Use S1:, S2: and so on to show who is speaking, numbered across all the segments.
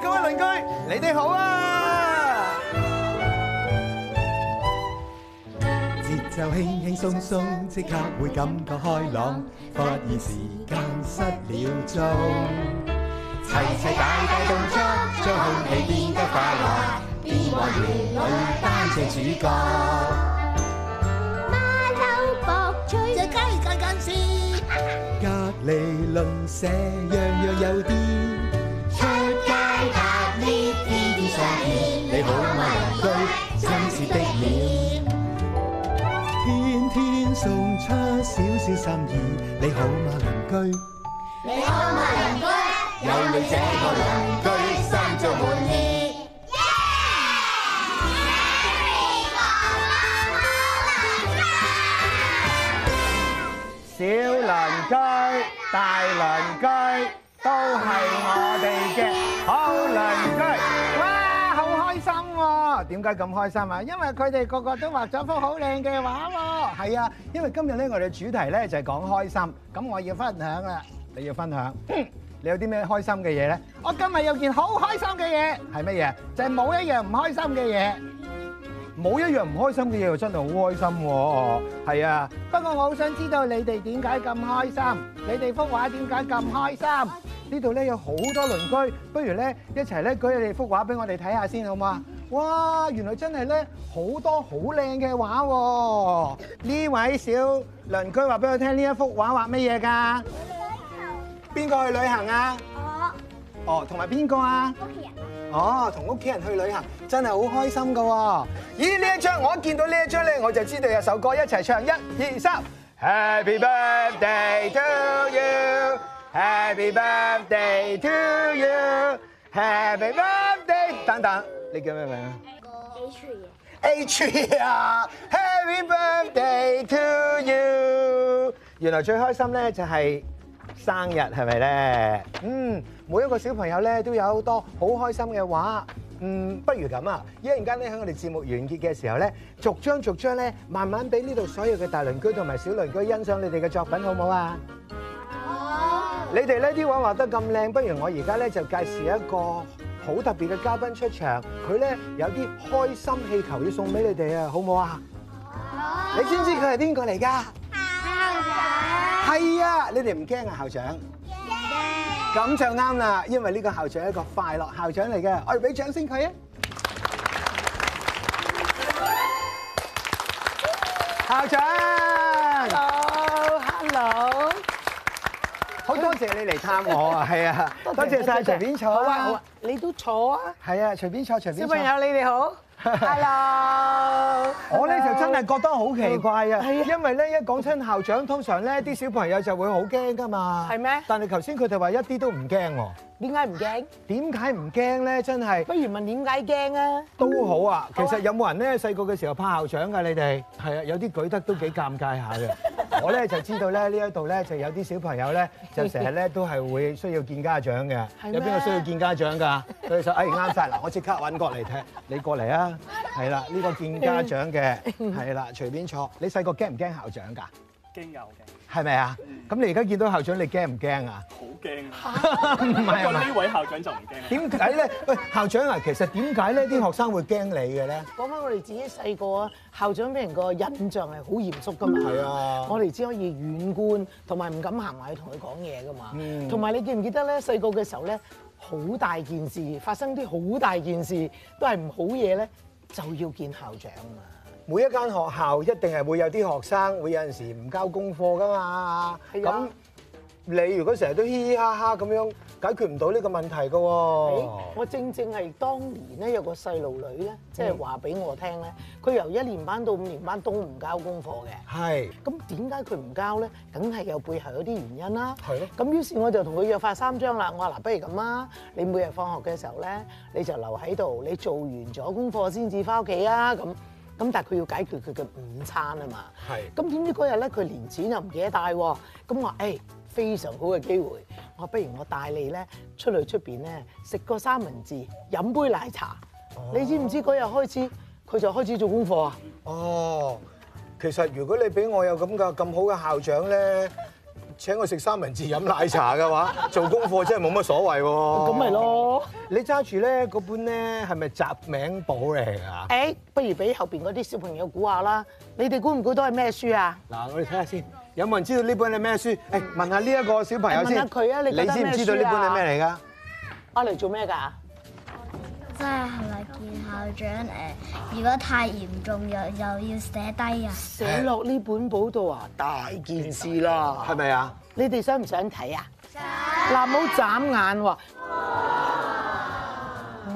S1: 鄰居，你哋好啊！
S2: 節奏輕輕鬆鬆，即刻會感覺開朗，發現時間失了蹤。齊齊大大動作，將空氣變得快樂，變幻園裏扮隻主角。
S3: 馬騮博取
S4: 隻雞近近視，
S2: 隔離鄰舍樣樣有啲，
S3: 出街搭 lift，天天上演
S2: 你好嗎鄰居，真是的了。天天送出少少心意，你好嗎鄰居？
S3: 你好嗎鄰居， 有你這個鄰居，心中滿意。
S1: 小鄰居、大鄰居都係我哋嘅好鄰居。哇，好開心喎、點解咁開心啊？因為佢哋個個都畫咗幅好靚嘅畫喎、係啊，因為今日咧我哋嘅主題咧就係講開心，咁我要分享啦，你要分享。你有啲咩開心嘅嘢咧？我今日有件好開心嘅嘢，係乜嘢？就係、冇一樣唔開心嘅嘢。冇一樣唔開心嘅嘢，又真係好開心喎。係啊，不過我好想知道你哋點解咁開心？你哋幅畫點解咁開心？呢度咧有好多鄰居，不如咧一齊咧舉你哋幅畫俾我哋睇下先好嘛？哇！原來真係咧好多好靚嘅畫喎。呢位小鄰居話俾我聽，呢一幅畫畫乜嘢㗎？邊個去旅行啊？哦，同埋邊個啊？哦，同屋企人去旅行真係好開心噶喎！咦，呢一張我一見到呢一張咧，我就知道有首歌一齊唱，一二三，Happy birthday to you，Happy birthday to you，Happy birthday 等等，你叫咩名啊？H 啊，Happy birthday to you！原來最開心咧就係生日，係咪咧？嗯，每一個小朋友咧都有好多好開心嘅話。嗯，不如咁啊！一陣間咧喺我哋節目完結嘅時候咧，逐張逐張咧，慢慢俾呢度所有嘅大鄰居同埋小鄰居欣賞你哋嘅作品，好唔好啊？你哋呢啲畫畫得咁靚，不如我而家咧就介紹一個好特別嘅嘉賓出場，佢咧有啲開心氣球要送俾你哋啊，好唔好啊？你知唔知佢係邊個嚟㗎？係啊，你哋唔驚啊，校長？咁就啱啦，因為呢個校長係一個快樂校長嚟嘅，我哋俾掌聲佢啊！校長，hello，hello，好多謝你嚟探我啊，係啊，多謝晒，隨便坐
S4: 好啊好
S1: 啊
S4: 啊，，你都坐啊，
S1: 係啊，隨便坐，隨便
S4: 小
S1: 坐
S4: 朋。友你哋好 ，hello，
S1: 我咧就真係覺得好奇怪啊，
S4: 係啊
S1: 因為咧一講親校長，通常咧啲小朋友就會好驚噶嘛。
S4: 係咩
S1: 但係頭先佢哋話一啲都唔驚喎，
S4: 點解唔驚？
S1: 點解唔驚咧？真係
S4: 不如問點解驚啊？
S1: 都好啊。其實有冇人咧細個嘅時候怕校長㗎？你哋係啊，有啲舉得都幾尷尬下嘅。我咧就知道咧呢一度咧就有啲小朋友咧就成日咧都係會需要見家長嘅。
S4: 係咩
S1: 有邊個需要見家長㗎？佢就誒啱晒嗱，我即刻揾過嚟睇，你過嚟啊！係啦，呢個見家長嘅係啦，隨便坐。你細個驚唔驚校長㗎？
S5: 驚有嘅，
S1: 係咪啊？咁你而家見到校長，你驚唔驚啊？
S5: 好驚啊！
S1: 唔
S5: 不
S1: 係
S5: 過
S1: 唔係
S5: 呢。位校長就唔驚啦。
S1: 點解咧？喂，校長啊，其實點解咧啲學生會驚你嘅咧？
S4: 講翻我哋自己細個啊，校長俾人個印象係好嚴肅噶嘛。
S1: 係啊
S4: 我哋只可以遠觀，同埋唔敢行埋去同佢講嘢噶嘛。同埋你記唔記得咧？細個嘅時候咧，好大件事發生啲好大件事，都係唔好嘢咧，就要見校長啊。
S1: 每一間學校一定係會有啲學生會有陣時唔交功課噶嘛。
S4: 係啊
S1: 咁你如果成日都嘻嘻哈哈咁樣，解決唔到呢個問題嘅喎。
S4: 我正正係當年咧有個細路女
S1: 嗯
S4: 咧，即係話俾我聽咧，佢由一年班到五年班都唔交功課嘅。
S1: 係
S4: 咁點解佢唔交咧？梗係有背後有啲原因啦。
S1: 係咯
S4: 咁於是我就同佢約法三章啦。我話嗱，不如咁啊，你每日放學嘅時候咧，你就留喺度，你做完咗功課先至翻屋企啊。咁咁但係佢要解決佢嘅午餐啊嘛。
S1: 係
S4: 咁點知嗰日咧，佢連錢又唔記得帶喎。咁我話誒非常好嘅機會，我話不如我帶你咧出去出邊咧食個三文治，飲杯奶茶。你知唔知嗰日開始佢就開始做功課啊？
S1: 哦，其實如果你俾我有咁嘅咁好嘅校長咧，請我食三文治飲奶茶嘅 話，做功課真係冇乜所謂喎。
S4: 咁咪。咯。
S1: 你揸住咧嗰本咧係咪雜名簿嚟㗎？
S4: 誒，哎不如俾後邊嗰啲小朋友估下啦。你哋估唔估到係咩書啊？
S1: 嗱，我哋睇下先，有冇人知道呢本係咩書？誒，問下呢一個小朋友
S4: 嗯問下
S1: 先。
S4: 佢啊你覺得
S1: 知唔知道呢
S4: 咩書
S1: 本
S4: 啊
S1: 係咩嚟㗎？
S4: 我啊嚟做咩㗎？
S6: 即係係咪見校長誒？如果太嚴重又又要寫低啊？
S4: 寫落呢本簿度啊，大件事啦！
S1: 係咪啊？
S4: 你哋想唔想睇啊？嗱，唔好眨眼喎。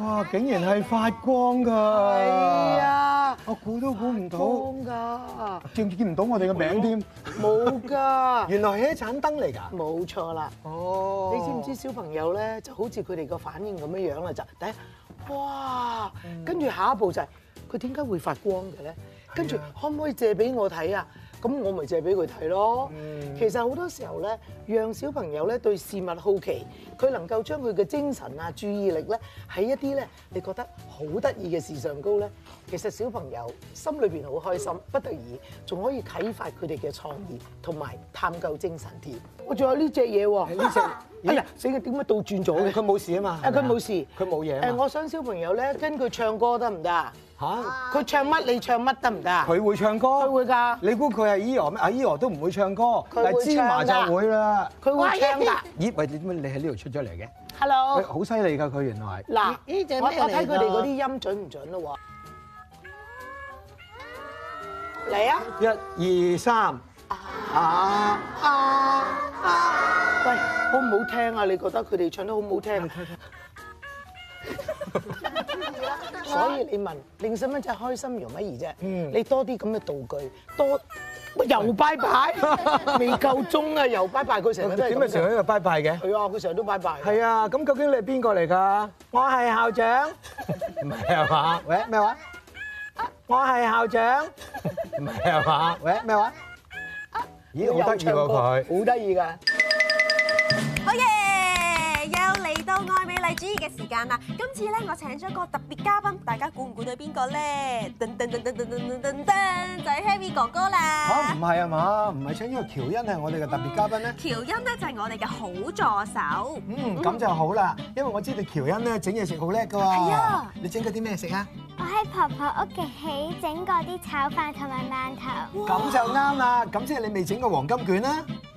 S1: 哇！竟然係發光㗎！
S4: 係
S1: 係，
S4: 啊，
S1: 我估都估唔到，
S4: 冇㗎，
S1: 見見唔到我哋嘅名添。
S4: 冇㗎，
S1: 哦原來係一盞燈嚟㗎。
S4: 冇錯啦。
S1: 哦
S4: 你知唔知小朋友咧就好似佢哋個反應咁樣樣啦？就第一，哇！跟住下一步就係佢點解會發光嘅咧？跟住可唔可以借俾我睇啊？咁我咪借俾佢睇咯。其實好多時候咧，讓小朋友咧對事物好奇，佢能夠將佢嘅精神啊、注意力咧喺一啲咧你覺得好得意嘅事上高咧，其實小朋友心裏邊好開心，不得已仲可以啟發佢哋嘅創意同埋探究精神添。我仲有呢只嘢喎， 呢只，哎呀死嘅點解倒轉咗嘅？
S1: 佢冇事啊嘛？
S4: 啊佢冇事，
S1: 佢冇嘢啊
S4: 誒，
S1: 嘛
S4: 我想小朋友咧跟佢唱歌得唔得啊？
S1: 嚇，
S4: 佢唱乜你唱乜得唔得啊？
S1: 佢會唱歌。
S4: 佢會㗎
S1: 你估佢係 Eo 咩？啊 Eo 都唔會唱歌，
S4: 佢會
S1: 但係芝麻
S4: 唱㗎
S1: 就會啦。
S4: 佢會唱㗎。
S1: 咦？喂，點解你喺呢度出咗嚟嘅？喂，
S4: Hello，
S1: 好犀利㗎！佢原來。
S4: 嗱，
S7: 呢隻
S4: 我
S7: 咩
S4: 我睇
S7: 嚟
S4: 佢哋嗰
S7: 㗎
S4: 啲音準唔準咯喎。嚟啊！
S1: 一二三，啊！
S4: 喂，好唔好聽啊？你覺得佢哋唱得好唔好聽啊？ 所以你問令細蚊仔開心容乜易啫？
S1: 嗯
S4: 你多啲咁嘅道具，多喂又 拜拜，未夠鐘啊！又拜拜，佢成日都係
S1: 點
S4: 咁
S1: 解成日
S4: 嘅。
S1: 喺度拜拜嘅？
S4: 係啊，佢成日都拜拜。
S1: 係啊，咁究竟你係邊個嚟㗎？我係校長。唔係啊嘛？喂，咩話？我係校長。唔係啊嘛？喂，咩話？咦，好得意喎佢。
S4: 好得意㗎。
S8: 好嘢！又嚟到愛美麗主義嘅時間啦！今次咧，我請咗個特別嘉賓，大家估唔估到邊個咧？噔噔噔噔噔噔噔噔，就係 Harry 哥哥
S1: 嚇
S8: 啦
S1: 唔！係啊嘛？唔係請呢個喬恩係我哋嘅特別嘉賓咩？
S8: 喬恩咧就係我哋嘅好助手。
S1: 嗯，咁就好啦，因為我知道喬恩咧整嘢食好叻㗎喎。
S8: 係啊，
S1: 你整咗啲咩食啊？
S6: 我喺婆婆屋企起整過啲炒飯同埋饅頭。
S1: 咁就啱啦，咁即係你未整過黃金卷啦，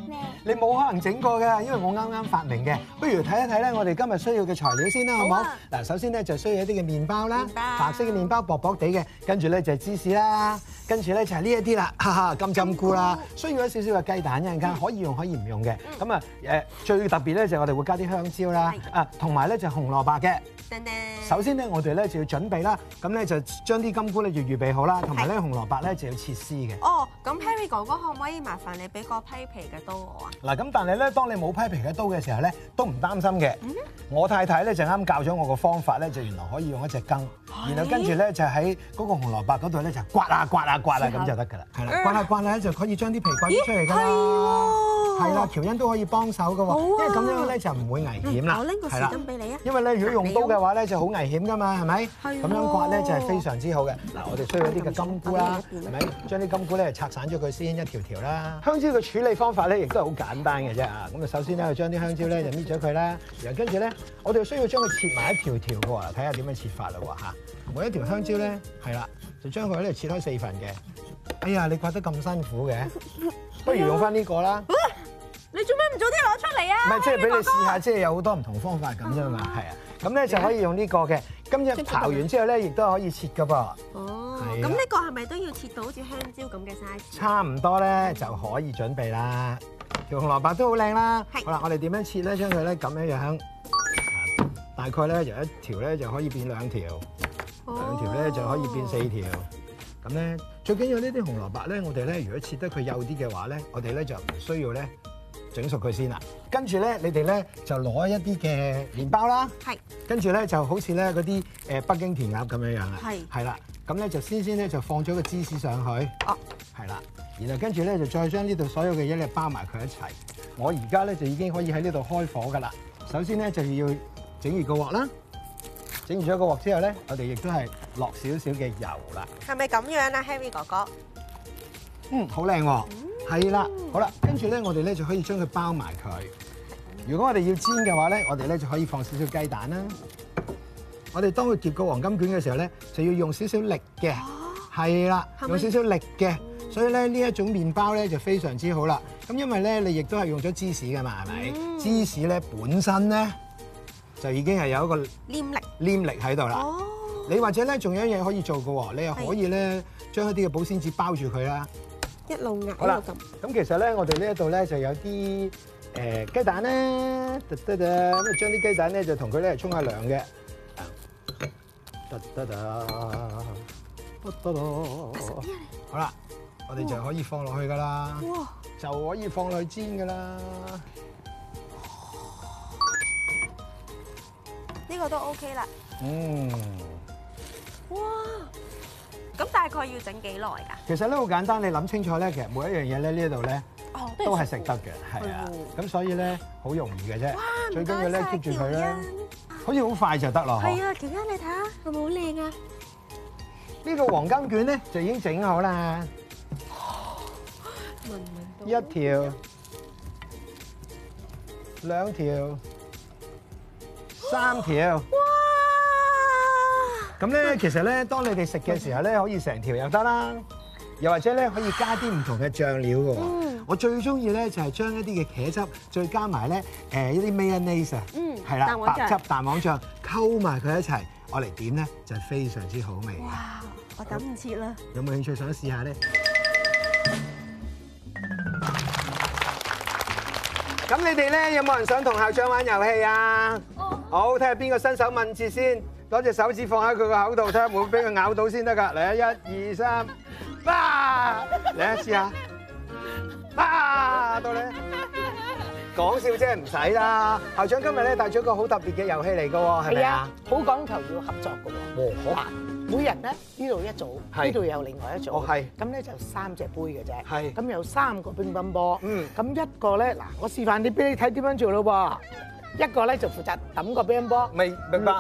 S6: 咩？
S1: 你冇可能整過㗎，因為我啱啱發明嘅。不如睇一睇咧，我哋今日需要嘅材料先啦，好唔好
S8: 好啊？
S1: 嗱，首先咧就需要一啲嘅麵包啦
S8: 麵，包
S1: 白色嘅麵包薄薄地嘅，跟住咧就係芝士啦，跟住咧就係呢一啲啦， 哈哈，金針菇嗯啦，需要一少少嘅雞蛋，一陣間可以用可以唔用嘅。咁啊誒，最特別咧就係我哋會加啲香蕉啦，啊，同埋咧就係嗯紅蘿蔔嘅。
S8: 噔噔，
S1: 首先咧，我哋咧就要準備啦，咁咧就將啲金菇咧要預備好啦，同埋咧紅蘿蔔咧就要切絲嘅。
S8: 哦，咁 Harry 哥哥可唔可以麻煩你俾個批皮嘅刀我啊？
S1: 嗱，咁但係咧，當你冇批皮嘅刀嘅時候咧，都唔擔心嘅。我太太咧就啱教咗我個方法咧，就原來可以用一隻羹，然後跟住咧就喺嗰個紅蘿蔔嗰度咧就刮啊刮啊刮啊咁就得㗎啦。係啦，刮下刮下咧就可以將啲皮刮咗出嚟㗎啦。係啊啦，喬恩都可以幫手㗎喎，因為咁樣咧就唔會危險啦。
S8: 哦嗯我拎個
S1: 係
S8: 匙
S1: 啦
S8: 羹俾你啊！
S1: 因為咧，如果用刀嘅話咧，就好危險噶嘛，係咪？
S8: 係喎
S1: 咁樣刮咧就係非常之好嘅。嗱，我哋需要呢個金菇啦，係咪？將啲金菇咧拆散咗佢先，一條條啦。香蕉嘅處理方法咧，亦都係好簡單嘅啫啊！咁啊，首先咧，將啲香蕉咧就搣咗佢啦，然後跟住咧，我哋需要將佢切埋一條條嘅喎，睇下點樣切法啦喎嚇。啊每一條香蕉咧，係啦，就將佢咧切開四份嘅。哎呀，你刮得咁辛苦嘅，不如用翻呢個啦。
S8: 你做咩唔早啲攞出嚟
S1: 唔
S8: 啊？
S1: 係，即係俾你試下，即係有好多唔同方法咁啫嘛，係啊。咁咧就可以用呢個嘅。今日刨完之後咧，亦都可以切噶噃，係
S8: 哦，
S1: 啊啦
S8: 咁呢個係咪都要切到好似香蕉咁嘅 size？
S1: 差唔多咧就可以準備啦。條紅蘿蔔都好靚啦。
S8: 係
S1: 好啦，我哋點樣切咧？將佢咧咁樣樣，啊大概咧由一條咧就可以變兩條，兩條咧就可以變四
S8: 哦
S1: 條。咁咧最緊要呢啲紅蘿蔔咧，我哋咧如果切得佢幼啲嘅話咧，我哋咧就唔需要咧整熟佢先啦。跟住咧，你哋咧就攞一啲嘅麵包啦。
S8: 係。
S1: 跟住咧就好似咧嗰啲誒北京填鴨咁樣樣啊，
S8: 係
S1: 係啦，咁咧就先先咧就放咗個芝士上去，
S8: 哦，
S1: 係啦，然後跟住咧就再將呢度所有嘅嘢咧包埋佢一齊。我而家咧就已經可以喺呢度開火噶啦。首先咧就要整熱個鑊啦，整熱咗個鑊之後咧，我哋亦都係落少少嘅油啦。
S8: 係咪咁樣啊，Harry 哥哥？
S1: 嗯，好靚喎，係啦，好啦，跟住咧，我哋咧就可以將佢包埋佢。如果我哋要煎嘅話咧，我哋咧就可以放少少雞蛋啦。我哋當佢夾個黃金卷嘅時候咧，就要用少少力嘅，哦係嗯啦，用少少力嘅。所以咧呢一種麵包咧就非常之好啦。咁因為咧你亦都係用咗芝士㗎嘛，係咪？芝士咧本身咧就已經係有一個
S8: 黏力哦
S1: 黏力喺度啦。你或者咧仲有一樣嘢可以做嘅喎，你又可以咧將一啲嘅保鮮紙包住佢啦。
S8: 一路壓
S1: 好啦，咁其實咧，我哋呢一度咧就有啲誒、呃、雞蛋啦，得得得，咁啊將啲雞蛋咧就同佢咧沖下涼嘅，得得得，得得得，好啦，我哋就可以放落去噶啦，就可以放落去煎噶啦。
S8: 呢個都 OK 啦。
S1: 嗯，
S8: 哇！咁大概要整幾耐㗎？
S1: 其實咧好簡單，你諗清楚咧，其實每一樣嘢咧呢一度咧。
S8: 哦，
S1: 都係食得嘅，係啊，咁所以咧好容易嘅啫，最緊要咧 keep 住佢哦咧，好似好快就得咯。嗬
S8: 係啊，喬欣你睇下係咪好靚啊？
S1: 呢個黃金卷咧就已經整好啦，一條、兩條、三條。
S8: 哇！
S1: 咁咧，其實咧，當你哋食嘅時候咧，可以成條又得啦，又或者咧可以加啲唔同嘅醬料嘅喎。我最中意咧就係將一啲嘅茄汁，再加埋咧誒一啲 mayonnaise 啊，係啦
S8: 蛋，
S1: 白
S8: 黃醬
S1: 汁蛋黃醬溝埋佢一齊，我嚟點咧就係非常之好味嘅。
S8: 哇！我等唔切啦。
S1: 有冇興趣想試下咧？咁你哋咧有冇人想同校長玩遊戲啊？好，睇下邊個伸手問字先，攞隻手指放喺佢個口度，睇下會唔會俾佢咬到先得㗎。嚟啊，一二三，啊！嚟啊，試下，啊！到你啦。講笑啫，唔使啦。校長今日咧帶咗個好特別嘅遊戲嚟㗎喎，係咪
S4: 係
S1: 啊
S4: 啊？，好講求要合作嘅喎。
S1: 哦，好
S4: 嗱，每人咧呢度一組，
S1: 係
S4: 呢度有另外一組。
S1: 哦係
S4: 咁咧就三隻杯嘅啫。
S1: 係
S4: 咁有三個乒乓波。
S1: 嗯
S4: 咁一個咧嗱，我示範啲俾你睇點樣做咯噃。一個咧就負責揼個乒乓波。嗯啊
S1: 明明白。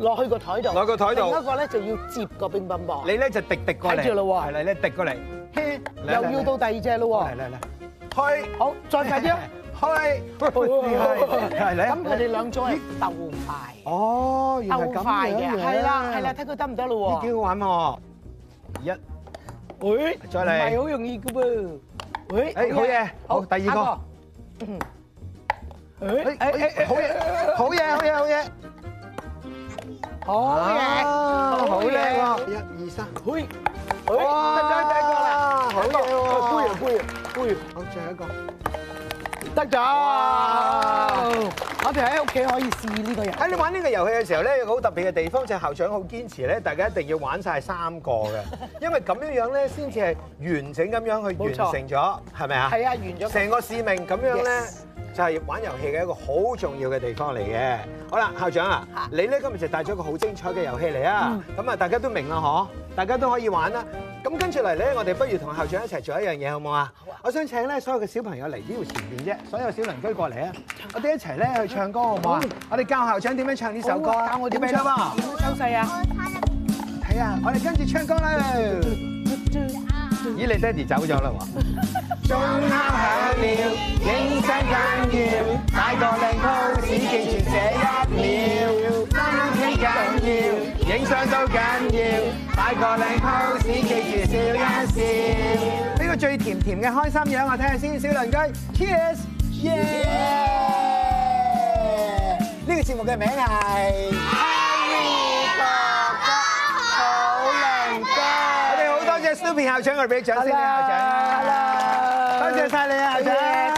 S4: 落去個台度。
S1: 落去個台度
S4: 另一個咧就要接個乒乓波。
S1: 你咧就滴滴過嚟，
S4: 睇住啦喎
S1: 係啦，你滴過嚟。嚟
S4: 又要到第二隻咯
S1: 嚟嚟嚟，去
S4: 喎。好，再快啲啊！
S1: 去， 係嚟
S4: 咁佢哋兩組係鬥快，
S1: 哦，原來
S4: 鬥
S1: 咁
S4: 快
S1: 樣
S4: 嘅，
S1: 樣
S4: 係啦係啦，睇佢得唔得
S1: 呢
S4: 咯
S1: 幾好啊玩喎，一，
S4: 喎？誒，
S1: 再嚟
S4: 唔係好容易嘅噃。誒
S1: 誒好嘢，好第二個，。誒誒
S4: 誒
S1: 誒，好嘢，好嘢，好嘢，好嘢，
S4: 好嘢，
S1: 好
S4: 好
S1: 叻
S4: 嘢
S1: 喎，一二三，
S4: 嘿，
S1: 哇
S4: 哇，得咗第一個啦，
S1: 好嘢喎
S4: 杯啊杯啊
S1: 好，最後一個，
S4: 杯啊，得咗。我哋喺屋企可以試呢個人，
S1: 哎喺你玩呢個遊戲嘅時候咧，有個好特別嘅地方就係校長好堅持咧，大家一定要玩晒三個 嘅，因為咁樣樣咧先至係完整咁樣去完
S4: 冇錯
S1: 成咗，係咪啊？
S4: 係啊，完咗。
S1: 成個使命咁樣咧
S4: Yes，
S1: 就係玩遊戲嘅一個好重要嘅地方嚟嘅。好啦，校長啊，你咧今日就帶咗一個好精彩嘅遊戲嚟
S4: 嗯
S1: 啊！咁啊，大家都明啦，嗬，大家都可以玩啦。咁跟住嚟咧，我哋不如同校長一齊做一樣嘢，好唔好啊？我想請咧所有嘅小朋友嚟呢度前邊啫，所有小鄰居過嚟啊！我哋一齊咧去唱歌，好唔好啊？我哋教校長點樣唱呢首歌啊？
S4: 教我點
S1: 點唱啊？
S4: 點樣手勢啊？
S1: 係啊，我哋跟住唱歌啦！咦，你爹哋走咗啦喎？鐘敲響了，影相緊要，擺個靚 pose 記住這一秒。返屋企緊要，影相都緊要，擺個靚 pose 記住笑一笑。呢個最甜甜嘅開心樣，我睇下先，小鄰居，Cheers！耶！呢個節目嘅名係 Harry 哥哥好鄰居。我哋好多謝 Snoopy 校長，我哋俾啲掌聲你校長。
S4: Hello
S1: 多謝晒你啊，校長。